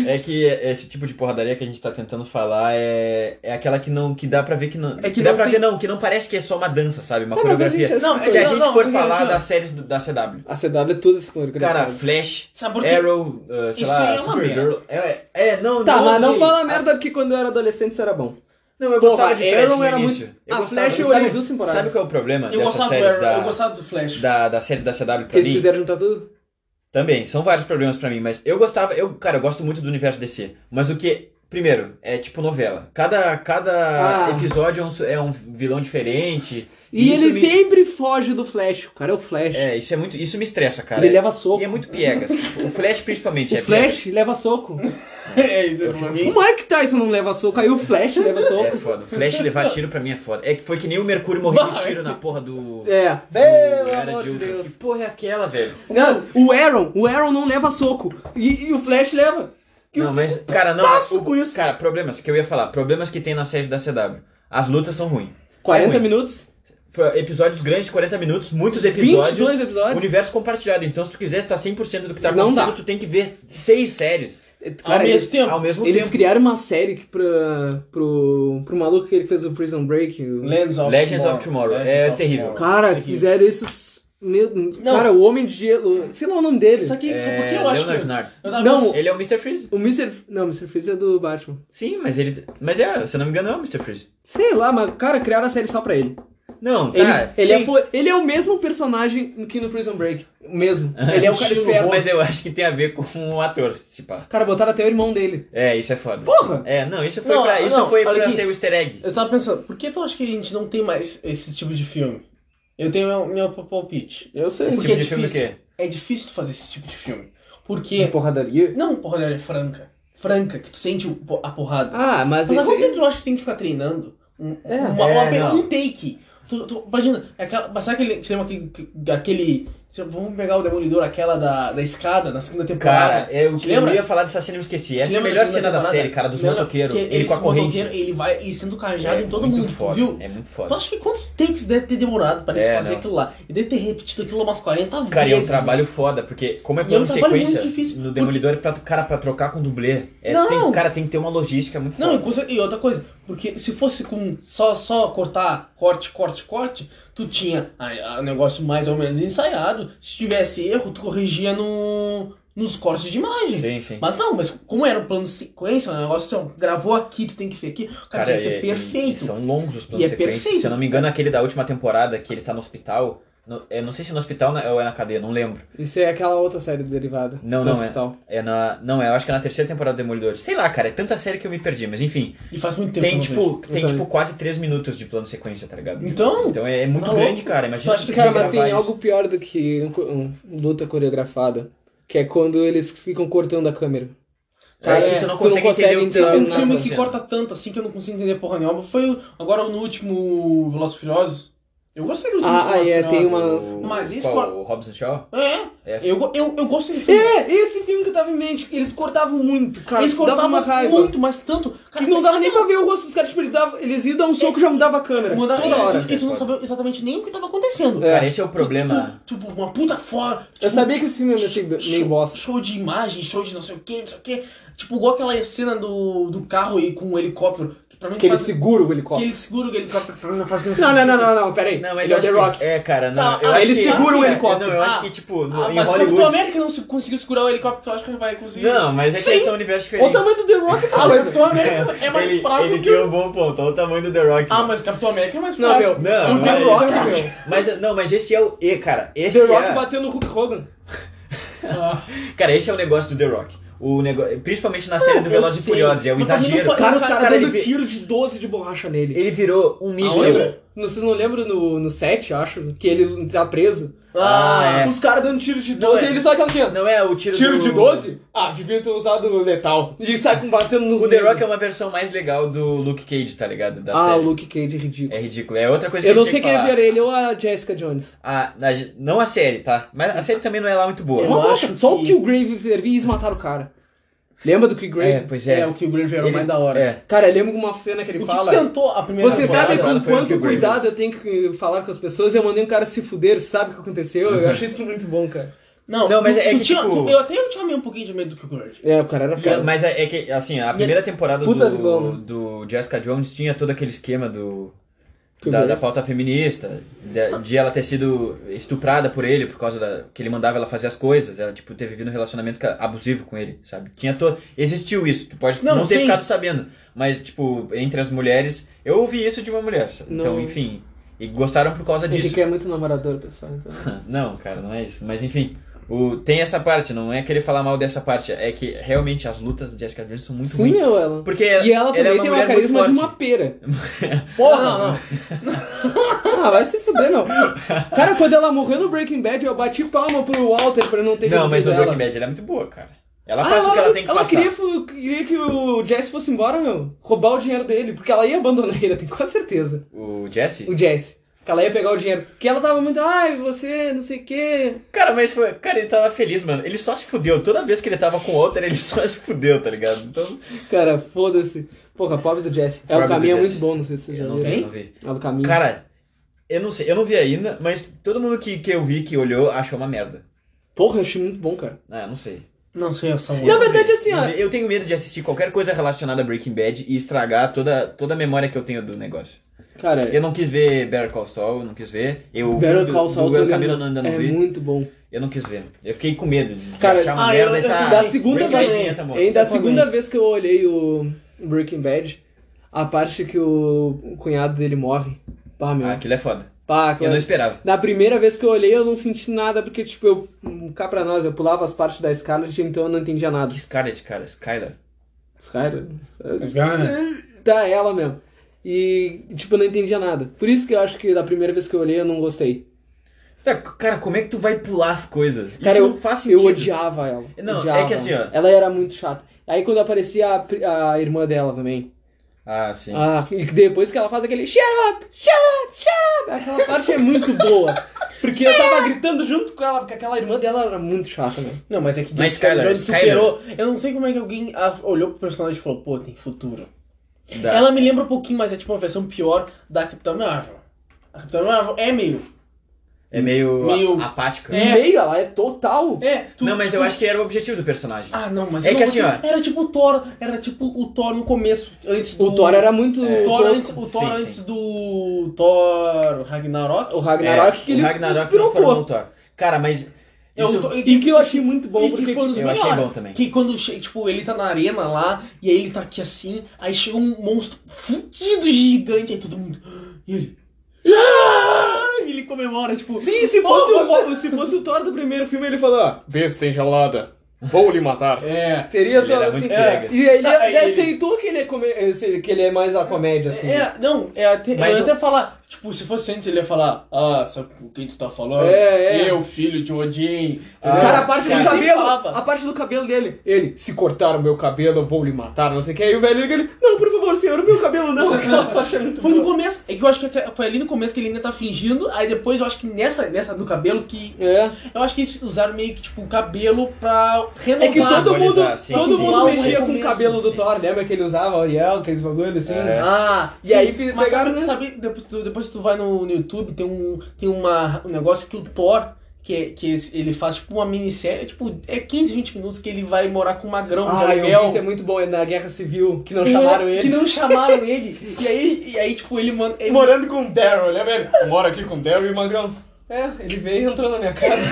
É que esse tipo de porradaria que a gente tá tentando falar é, é aquela que não que dá pra ver que É não. que dá não pra tem- ver não, que não parece que é só uma dança, sabe? Uma Tá, mas a coreografia. gente- Não, é Se a não, gente não, for sim, falar sim. das séries do- da CW. A CW é tudo esse Cara, Flash, Sabe por quê? Arrow, uh, sei Isso lá, aí é uma Supergirl. É, é, não, Tá, mas não ok. fala merda porque quando eu era adolescente isso era bom. Não, eu Porra, gostava de Flash Arrow no era início. muito- Eu Ah, gostava- Flash eu sabe- olhei duas temporadas. Sabe qual é o problema Eu dessas gostava, do séries Arrow, da, eu gostava do Flash. da, das séries da CW Porque pra eles mim? quiseram juntar tudo. Também, são vários problemas pra mim, mas eu gostava, eu, cara, eu gosto muito do universo DC, mas o que, primeiro, é tipo novela. Cada, cada Ah. episódio é um, su- é um vilão diferente. E isso ele me- sempre foge do Flash. O cara é o Flash. É, isso é muito, isso me estressa, cara. Ele leva soco. E é muito piegas. O Flash principalmente o é Flash leva soco. [LAUGHS] é isso aí pra mim. Como é que Tyson não leva soco? Aí o Flash leva piegas. É soco. foda. O Flash levar tiro pra mim é foda. É que foi que nem o Mercúrio morrendo de Vai. tiro na porra do... É. do Pelo Era amor de Ultron. Que Deus. porra é aquela, velho? Não, o Aaron, o Aaron não leva soco. E, e o Flash leva. Que Não, eu mas, cara, não. putaço o- com isso. Cara, problemas que eu ia falar. Problemas que tem nas séries da CW. As lutas são ruins. 40 ruim. minutos? p- episódios grandes de 40 minutos, muitos 22 episódios. episódios? Universo compartilhado. Então, se tu quiser estar 100% do que tá Não acontecendo, dá. tu tem que ver seis séries É, Cara, ao eles, mesmo tempo. ao mesmo eles tempo. criaram uma série que pra, pro, pro maluco que ele fez o Prison Break. o- Legends of Legends Tomorrow. of Tomorrow. É terrível. Cara, Terrível. fizeram isso. Meu, Não. cara, o Homem de Gelo. Sei lá o nome dele. Sabe, que- sabe por que É, eu acho Leonard que... Nard. Eu tava Não, pensando- Ele é o Mr. Freeze. O Mr. F- Não, o Mr. Freeze é do Batman. Sim, mas ele. Mas é, se eu não me engano, é o Mr. Freeze. Sei lá, mas, cara, criaram a série só pra ele. Não, Ele, tá. ele, é, tem- fo- ele é o mesmo personagem que no Prison Break. O mesmo. Ele é o cara Estilo esperto. Mas eu acho que tem a ver com o ator, se pá. Cara, botaram até o irmão dele. É, isso é foda. Porra! É, não, isso foi Não, pra, isso não, foi olha pra aqui. ser o easter egg. Eu tava pensando, por que tu acha que a gente não tem mais esse tipo de filme? Eu tenho meu, meu palpite. Eu sei. Esse Porque tipo é de filme o difícil. quê? É difícil tu fazer esse tipo de filme. tipo De Porque. porradaria. Não porradaria franca. Franca, que tu sente o- a porrada. Ah, mas, Mas esse- agora tu não acha que tu tem que ficar treinando? Um, É, uma, é, uma pe- não. um take. Tu, tu- imagina, é aquela, mas sabe aquele. Te lembra aquele. aquele vamos pegar o Demolidor, aquela da, da escada, na segunda temporada. Cara, eu, Te eu lembra? ia falar dessa cena e eu esqueci. Essa é a Lembra melhor segunda cena da temporada? série, cara, dos Lembra? motoqueiros. Que Ele com a esse corrente. motoqueiro, Ele vai e sendo cajado É em todo muito mundo, tu foda, viu? É muito Tu foda. acha que quantos takes deve ter demorado pra eles É, fazer não. aquilo lá? E deve ter repetido aquilo umas 40 vezes. Cara, e é um trabalho foda, porque como E é é um plano trabalho muito sequência, difícil, no Demolidor, é pra, cara, pra trocar com dublê, é, Não! tem- cara, tem que ter uma logística é muito Não, e foda. com cer- e outra coisa, porque se fosse com só, só cortar, corte, corte, corte, tu tinha o negócio mais ou menos ensaiado. Se tivesse erro, tu corrigia no, nos cortes de imagem. Sim, sim. Mas não, mas como era um plano de sequência, o negócio assim, ó, gravou aqui, tu tem que ver aqui, o cara, tinha que ser é- perfeito. e são longos os E planos é de sequência. perfeito. Se eu não me engano, aquele da última temporada, que ele tá no hospital. no- é, não sei se no hospital na- ou é na cadeia, não lembro. isso é aquela outra série derivada. Não, do não, hospital. É na. Não, é, eu acho que é na terceira temporada do Demolidor. Sei lá, cara, é tanta série que eu me perdi, mas enfim. E faz muito tempo Tem, que eu não vejo. tipo, tem Então- tipo quase 3 minutos de plano de sequência, tá ligado? é. Então? Então é, é muito Tá grande, louco. cara. Imagina. Tu acha tu que, Cara, tem mas gravar tem isso. algo pior do que um co- um- luta coreografada. Que é quando eles ficam cortando a câmera. Cara, é, é, que tu não tu não é consegue consegue entender o que entender tá Sabe um nada filme que acontecendo. corta tanto assim que eu não consigo entender porra nenhuma foi o- agora no último Velozes e Furiosos. Eu gostei do último Ah, Velozes e é, tem Furiosos. uma- O- Mas isso qual, cor- O Robson Shaw? É, É. eu, go- eu, eu gostei do filme. É, esse filme que eu tava em mente, que eles cortavam muito, cara. Eles isso dava cortavam uma raiva. muito, mas tanto. Que Cara, não dava sabe nem pra ver o rosto dos caras, tipo, eles, davam, eles iam dar um soco e já mudava a câmera. mandar- toda é, hora. E tu não sabia exatamente nem o que tava acontecendo. É. Cara, esse é o problema. Tipo, tipo, uma puta fora. Eu tipo, sabia que esse filme ia ser meio show, bosta. show de imagem, show de não sei o que, não sei o que. Tipo, igual aquela cena do, do carro e com o helicóptero. Que pra mim Que ele faz, segura o que helicóptero. ele segura o helicóptero pra mim não faz nenhum Não, não, sentido. não, não, não, peraí. Não, mas Ele eu é o acho The que- Rock. É, cara, não. Tá, eu ah, acho ele que- segura o cara, helicóptero. Não, eu acho Ah, que, tipo, no- Ah, em mas o Capitão Hollywood. América não se- conseguiu segurar o helicóptero, tu acha que ele vai conseguir? Não, mas é que Sim. são universos Olha o tamanho diferentes. do The Rock, Ah, mas o coisa. Capitão América [LAUGHS] é mais ele, fraco ele que tem o... um bom ponto, olha o tamanho do The Rock. Ah, mas o Capitão América é mais fraco. Não, meu. Não, o não The é Rock, isso. meu. Mas, não, mas esse é o. E, cara, esse The Rock é. bateu no Hulk Hogan. Ah. Cara, esse é o negócio do The Rock. O negócio, principalmente na série do eu Velozes e sei. Furiosos, é o Mas pra mim não exagero. foi- Cara, os Cara, caras ele dando vi- tiro de 12 de borracha nele. Ele virou um míssil. Aonde? Não, vocês não lembram no, no 7, acho, que ele tá preso? Ah, é. Os caras dando tiro de Não, 12 é. e ele só aquela aqui, ó. Não é o tiro Tiro do- de 12? Ah, devia ter usado o letal. E sai com batendo nos. O The Rock é uma versão mais legal do Luke Cage, tá ligado? Da Ah, o série. Luke Cage é ridículo. É ridículo. É outra coisa Eu que não tinha sei que quem é falar. pior, ele ou a Jessica Jones. A- na- não a série, tá? Mas a série também não é lá muito boa. Eu Uma acho bosta, que- Só o Killgrave fervia e mataram o cara. Lembra do É, Killgrave? pois É, é. o que o Grave era o Ele- mais da hora. É. Cara, lembra uma cena que ele O que fala. sustentou a primeira Você sabe temporada- Ela com foi o quanto Killgrave. cuidado eu tenho que falar com as pessoas? Eu mandei um cara se fuder, sabe o que aconteceu? Eu achei isso muito bom, cara. Não, Não, mas tu- é tu que, tinha- tipo- tu- Eu até eu tinha meio um pouquinho de medo do que o Grave. É, o cara era Cara, foda. Mas é, é que, assim, a primeira temporada Puta do, vilão, né? do Jessica Jones tinha todo aquele esquema do. Que Da, horror. da pauta feminista, de, de ela ter sido estuprada por ele por causa da, que ele mandava ela fazer as coisas, ela tipo ter vivido um relacionamento ca- abusivo com ele, sabe? Tinha to, existiu isso, tu pode não, Não, ter sim. ficado sabendo, mas tipo entre as mulheres, eu ouvi isso de uma mulher, sabe? então Não. enfim, e gostaram por causa Ele disso. quer muito namorador, pessoal. [LAUGHS] Então. Não, cara, não é isso. Mas enfim, o, tem essa parte, não é querer falar mal dessa parte, é que realmente as lutas de Jessica Jones são muito Sim, ruins. eu, ela. Porque E ela também tem é uma mulher muito carisma de forte. uma pera. Porra! Não, não, não. Ah, vai se fuder, meu. Cara, quando ela morreu no Breaking Bad, eu bati palma pro Walter pra não ter Não, mas no vivido Breaking ela. Bad ela é muito boa, cara. Ela Ah, faz o que ela tem que ela passar. Queria, fu- queria que o Jesse fosse embora, meu. Roubar o dinheiro dele, porque ela ia abandonar ele, eu tenho quase certeza. O Jesse? O Jesse. Que ela ia pegar o dinheiro. Porque ela tava muito, ai, você, não sei o quê. Cara, mas foi... Cara, ele tava feliz, mano. Ele só se fudeu. Toda vez que ele tava com o Walter, ele [LAUGHS] só se fudeu, tá ligado? Então. Cara, foda-se. Porra, pobre do Jesse. É, Pobre o do caminho é Jesse. muito bom, não sei se você já Eu não viu. vi, eu não vi. É o caminho. Cara, Eu não sei, eu não vi ainda, mas todo mundo que, que eu vi, que olhou, achou uma merda. Porra, eu achei muito bom, cara. Ah, eu não sei. Não sei essa Na mulher. verdade, assim, Não ó. vi. Eu tenho medo de assistir qualquer coisa relacionada a Breaking Bad e estragar toda, toda a memória que eu tenho do negócio. Cara, Eu não quis ver Better Call Saul, eu não quis ver. Eu Better do- Call Saul do El também Camino não- ainda não é vi. muito bom. Eu não quis ver. Eu fiquei com medo de Cara, achar uma ah, merda. eu- e eu- essa- Ah, da segunda Breaking vez, Badzinha tá bom. ainda a Também. segunda vez que eu olhei o Breaking Bad, a parte que o, o cunhado dele morre. Pá, meu. Ah, aquilo é foda. Pá, Eu aquela- não esperava. Na primeira vez que eu olhei, eu não senti nada, porque, tipo, eu. hum, Cá pra nós, eu pulava as partes da Scarlet, então eu não entendia nada. Que Scarlet, cara. Skylar. Skyler? Cara, Tá, ela mesmo. E, tipo, eu não entendia nada. Por isso que eu acho que da primeira vez que eu olhei, eu não gostei. Tá, cara, como é que tu vai pular as coisas? Cara, Isso eu, não faz sentido. eu odiava ela. Não, é odiava que assim, ó. ela. Ela era muito chata. Aí quando aparecia a, pri- a irmã dela também. Ah, sim. Ah, e depois que ela faz aquele shut up, shut up, shut up. Aquela parte é muito boa. Porque eu tava gritando junto com ela, porque aquela irmã dela era muito chata, né? Não, mas é que Mas, Jessica Skyler, Jones Skyler. superou. Eu não sei como é que alguém ah, olhou pro personagem e falou, pô, tem futuro. Dá. Ela me lembra um pouquinho, mas é tipo uma versão pior da Capitã Marvel. A Capitã Marvel é meio. É meio, Meio- a- apática. No É. meio, ela é total. É, tu- Não, mas eu acho que era o objetivo do personagem. Ah, não, mas É não, que assim, ó. era tipo o Thor, era tipo o Thor no começo, antes do O Thor era muito É. o Thor antes, tosco. o Thor Sim, sim. antes do Thor Ragnarok. O Ragnarok que É, o ele Ragnarok transformou o despirocou. Thor. Cara, mas. É, o isso- Thor- E que eu achei muito bom, E que foi porque um tipo, dos eu achei melhores. bom também. Que quando, che- tipo, ele tá na arena lá, e aí ele tá aqui assim, aí chega um monstro fudido gigante, aí todo mundo... E ele... "Ah!" E ele comemora, tipo... Sim, se fosse, o, se fosse o Thor do primeiro filme, ele falou, ó. Besta enjaulada. Vou lhe matar. É... Seria Ele Thor era assim. muito é. brega. E ele, Sa- já ele- aceitou que ele, é come- eh, se- que ele é mais a comédia, assim. É, não, é até, Mas eu ia o- até falar, tipo, se fosse antes ele ia falar, ah, sabe com quem tu tá falando? É, é. Eu, filho de Odin. Ah, cara, a parte Ele do sempre cabelo. falava. A parte do cabelo dele. Ele, se cortar o meu cabelo, eu vou lhe matar, não sei o que. Aí o velho liga ele, não, por favor, senhor, meu cabelo não. Aquela parte é muito Foi no boa. começo, é que eu acho que até- foi ali no começo que ele ainda tá fingindo, aí depois eu acho que nessa, nessa do cabelo que. É. Eu acho que eles usaram meio que tipo o cabelo pra renovar. É que todo mundo, Simbolizar, sim, todo sim. mundo mexia Sim, com sim, assim. o cabelo do sim. Thor, lembra que ele usava Ariel, aqueles bagulho assim? É. Ah, E aí fi- mas pegaram sabe, nessa. sabe, depois, tu, depois tu vai no, no YouTube, tem um, tem uma, um negócio que o Thor, que, é- que esse- ele faz tipo uma minissérie, tipo, é 15, 20 minutos que ele vai morar com o magrão tá de Ah, eu aluguel. vi, isso é muito bom, é na Guerra Civil, que não É, chamaram ele. Que não chamaram ele. E aí, e aí tipo, ele manda. Ele, Morando com o Daryl, lembra ele? Mora aqui com o Daryl e o Magrão. É, ele veio e entrou na minha casa.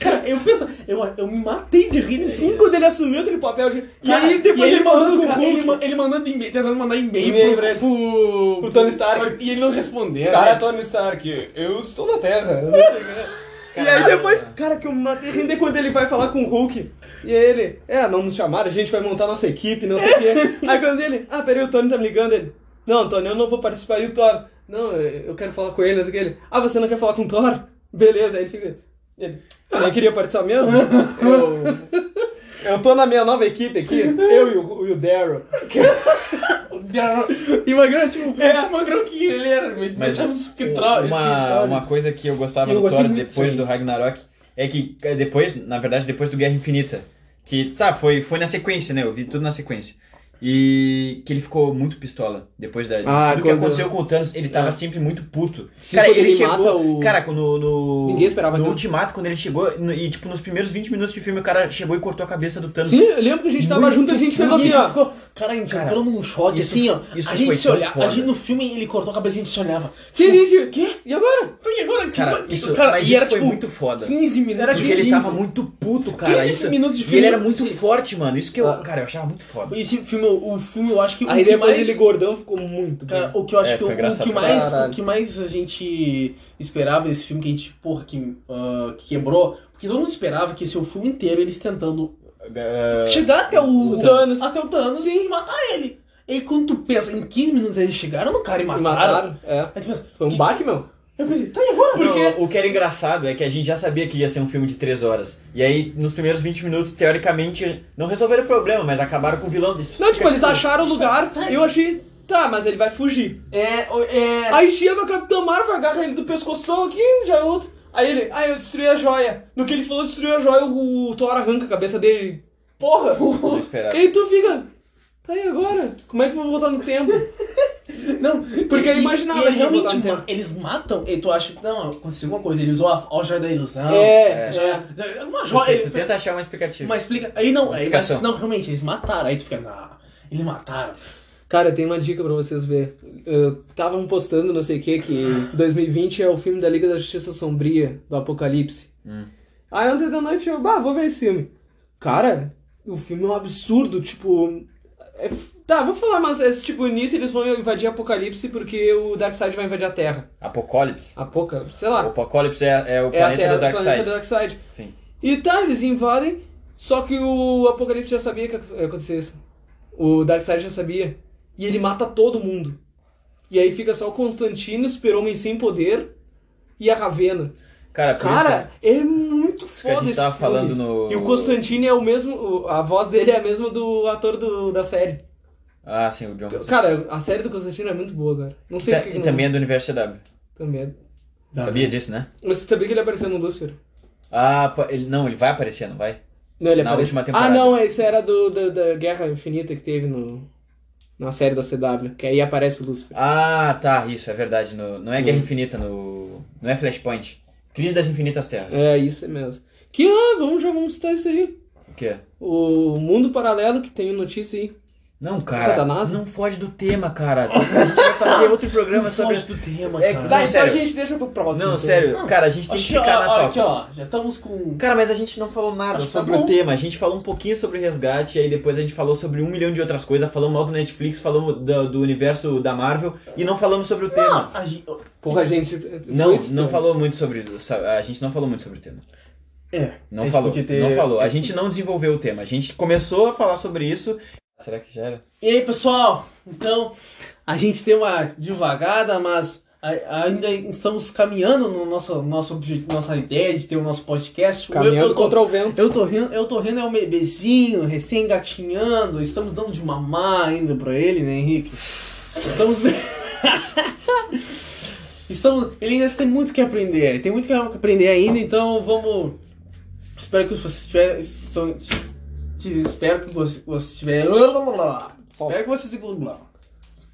cara, eu penso, eu, eu me matei de rir nesse [LAUGHS] Cinco dele assumiu aquele papel de. E Cara, aí depois ele, mandou com o cara, Hulk. ele, ma- ele mandando e-mail, tentando mandar e-mail E-mail pro, pra ele. pro- Pro Tony Stark. E ele não respondeu. Cara, né? Tony Stark, eu estou na Terra, eu não sei o que é. E aí depois, [LAUGHS] cara, que eu matei render quando ele vai falar com o Hulk. E aí ele, é, não nos chamaram, a gente vai montar nossa equipe, não sei o [LAUGHS] que. é." Aí quando ele, ah, peraí, o Tony tá me ligando, ele, não, Tony, eu não vou participar. E o Thor, não, eu eu quero falar com ele, não sei o que. Ele, ah, você não quer falar com o Thor? Beleza, aí ele fica, ele, eu nem queria participar mesmo. [LAUGHS] Eu, eu tô na minha nova equipe aqui, eu e o, e o Daryl. O Daryl- E o Magrão, tipo, É. o Magrão que ele era, ele Mas deixava os escritórios. Um, uma, uma coisa que eu gostava Eu do gostei Thor muito depois disso do Ragnarok é que é, depois, na verdade, depois do Guerra Infinita, que tá, foi, foi na sequência, né? Eu vi tudo na sequência. E que ele ficou muito pistola depois da, Ah, do quando- que aconteceu com o Thanos, ele É. tava sempre muito puto. Sim, cara, quando ele, ele mata chegou, o- cara, no, no Ninguém esperava no aquilo. Ultimato quando ele chegou no- e tipo nos primeiros 20 minutos de filme o cara chegou e cortou a cabeça do Thanos. Sim, eu lembro que a gente tava junto, a gente fez E a assim, gente ó. ficou, cara, a gente Cara, entrou num choque isso- assim, ó. isso a gente foi se tão olhava, a foda. gente no filme ele cortou a cabeça e a gente se olhava. Tipo, Sim, gente, quê? E agora? E agora, que- Cara, que- isso, cara, mas e isso era foi tipo muito foda. 15 minutos. Porque ele 15. tava muito puto, cara. 15 isso- minutos de E ele filme. era muito forte, mano. Isso que eu, Ah. cara, eu achava muito foda. Esse filme, o filme, eu acho que Aí o que depois mais... ele gordão ficou muito Cara, bom. o que eu acho É, que, o, foi o engraçado que pra mais, caralho. o que mais a gente esperava desse filme que a gente, porra, que, ah, que quebrou, porque todo mundo esperava que esse é o filme inteiro eles tentando chegar até o, o Thanos. até o Thanos e matar ele. E aí, quando tu pensa, em 15 minutos eles chegaram no cara e E mataram. mataram. É. Aí tu pensa, Foi um baque, meu. eu pensei, tá e agora? Não, o que era engraçado é que a gente já sabia que ia ser um filme de 3 horas. E aí, nos primeiros 20 minutos, teoricamente, não resolveram o problema, mas acabaram com o vilão disso. Não, tipo, eles acharam o lugar e eu achei, tá, mas ele vai fugir. É, o- é... Aí chega o Capitão Marvel, agarra ele do pescoção aqui, já é outro. Aí ele, ah, eu destruí a joia. No que ele falou, destruiu a joia, o Thor arranca a cabeça dele. Porra! [LAUGHS] Não esperava. E aí tu fica, tá aí agora? Como é que eu vou voltar no tempo? Não, Porque e- eu imaginava e que ia realmente voltar no ma- tempo. eles matam e tu acha que não, aconteceu alguma coisa, ele usou a, a joia da ilusão. É, joia- joia- uma Tu, joia. tu Ele, tenta achar uma explicativa. mas explica. Aí não, aí, mas, Explicação. não, realmente, eles mataram. Aí tu fica, não, eles mataram. Cara, tem uma dica pra vocês ver. Estavam postando, não sei o que, que 2020 é o filme da Liga da Justiça Sombria, do Apocalipse. Hum. Aí ontem da noite eu, bah, vou ver esse filme. Cara, o filme é um absurdo, tipo. é f- tá, vou falar, mas é, tipo, nisso eles vão invadir Apocalipse porque o Darkseid vai invadir a Terra. Apocalipse. Apocalipse, sei O lá. Apocalipse é, é o Ah. É a planeta Terra, do Dark o planeta Side. do Darkseid. Sim. E tá, eles invadem, só que o Apocalipse já sabia que ia acontecer isso. O Darkseid já sabia. E ele mata todo mundo. E aí fica só o Constantino, Super-Homem sem poder e a Ravena. Cara, por Cara, é muito isso que a foda gente esse tava filme. falando no. E o Constantino é o mesmo, o- a voz dele é a mesma do ator do- da série. Ah, sim, o John. Constantine. Cara, a série do Constantino é muito boa, cara. Não sei Ta- porque e não- também é do Universo CW. também. é- Sabia disso, né? Você sabia que ele apareceu no Lucifer? Ah, pa- ele, não, ele vai aparecer, não vai? Não, ele Na aparece- última temporada. Ah, não, esse era do, da, da Guerra Infinita que teve no, na série da CW, que aí aparece o Lucifer. Ah, tá, isso, é verdade. No, não é Guerra Hum. Infinita, no, não é Flashpoint. Crise das Infinitas Terras. É, isso é mesmo. Que, ah, vamos, já vamos citar isso aí. O quê? O Mundo Paralelo, que tem notícia aí. Não, cara. É tá da NASA? Não foge do tema, cara. A gente vai fazer outro programa sobre. Foge do tema, É que cara. dá- Tá, então a sério. gente deixa pro próximo. Não, então. sério, cara, a gente tem que Aqui, ó, ficar na ó, aqui, toca. ó, já estamos com. Cara, mas a gente não falou nada Acho que tá sobre o bom. tema. A gente falou um pouquinho sobre o resgate, aí depois a gente falou sobre um milhão de outras coisas. Falamos mal do Netflix, falamos do, do universo da Marvel e não falamos sobre o tema. A gente- Porra, a gente. Não, foi não estranho. falou muito sobre. A gente não falou muito sobre o tema. É. a Não gente falou, podia ter- não falou. A gente não desenvolveu o tema. A gente começou a falar sobre isso. Será que já era? E aí, pessoal? Então, a gente tem uma divagada, mas a- ainda estamos caminhando no nosso, nosso obje- nossa ideia de ter o nosso podcast. Eu- Caminhando eu, tô- contra o vento. Eu tô rindo, eu tô rindo é um bebezinho, recém gatinhando, estamos dando de mamar ainda pra ele, né, Henrique? Estamos [LAUGHS] Estamos, ele ainda tem muito que aprender, ele tem muito que aprender ainda, então vamos Espero que vocês tiverem estão te- espero que vocês você [LAUGHS] tiverem Espero que vocês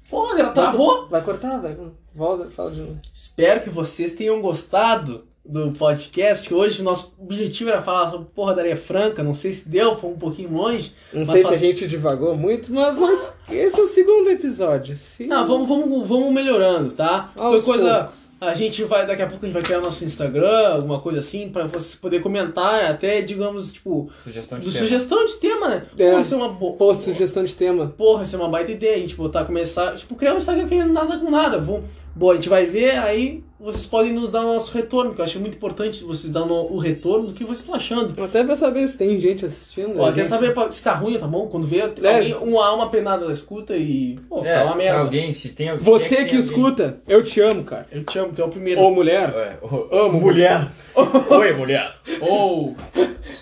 Pô, ela tá travou. Tá, Vai cortar, vai. Volta, fala de novo. Espero que vocês tenham gostado do podcast. Hoje o nosso objetivo era falar sobre porradaria franca. Não sei se deu, foi um pouquinho longe. Não Mas sei faz- se a gente divagou muito, mas não esse é o segundo episódio. Se... Não, Tá, vamos, vamos, vamos melhorando, tá? Qualquer Aos coisa. A gente vai, daqui a pouco a gente vai criar nosso Instagram, alguma coisa assim, pra vocês poderem comentar, até, digamos, tipo, Sugestão de do tema. sugestão de tema, né? É. Porra, isso é uma boa. Pô, sugestão de tema. Porra, isso é uma baita ideia. A gente botar, começar, tipo, criar um Instagram que é nada com nada. Bom, bom, a gente vai ver, aí vocês podem nos dar o nosso retorno, que eu acho muito importante vocês darem o retorno do que vocês estão achando. Até pra saber se tem gente assistindo. Pô, a quer gente- saber pra- se tá ruim, tá bom? Quando vê, É, alguém, uma alma penada ela escuta e. Pô, É, tá uma merda. alguém, se tem alguém. se é Você tem que alguém- escuta, eu te amo, cara. Eu te amo, tu é o primeiro. Ou mulher. É, ô, ô, mulher! [LAUGHS] Oi, mulher! Ou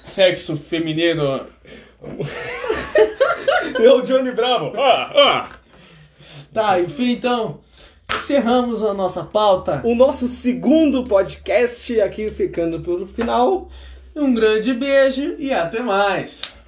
sexo feminino. Eu, Johnny Bravo. Ah, ah. Tá, enfim, então. Encerramos a nossa pauta. O nosso segundo podcast aqui ficando pelo final. Um grande beijo e até mais.